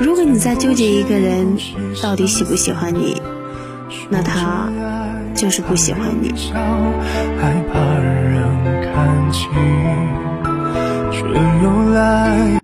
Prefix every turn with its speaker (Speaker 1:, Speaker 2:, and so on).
Speaker 1: 如果你在纠结一个人到底喜不喜欢你，那他就是不喜欢你。
Speaker 2: 害怕人看清，却又来。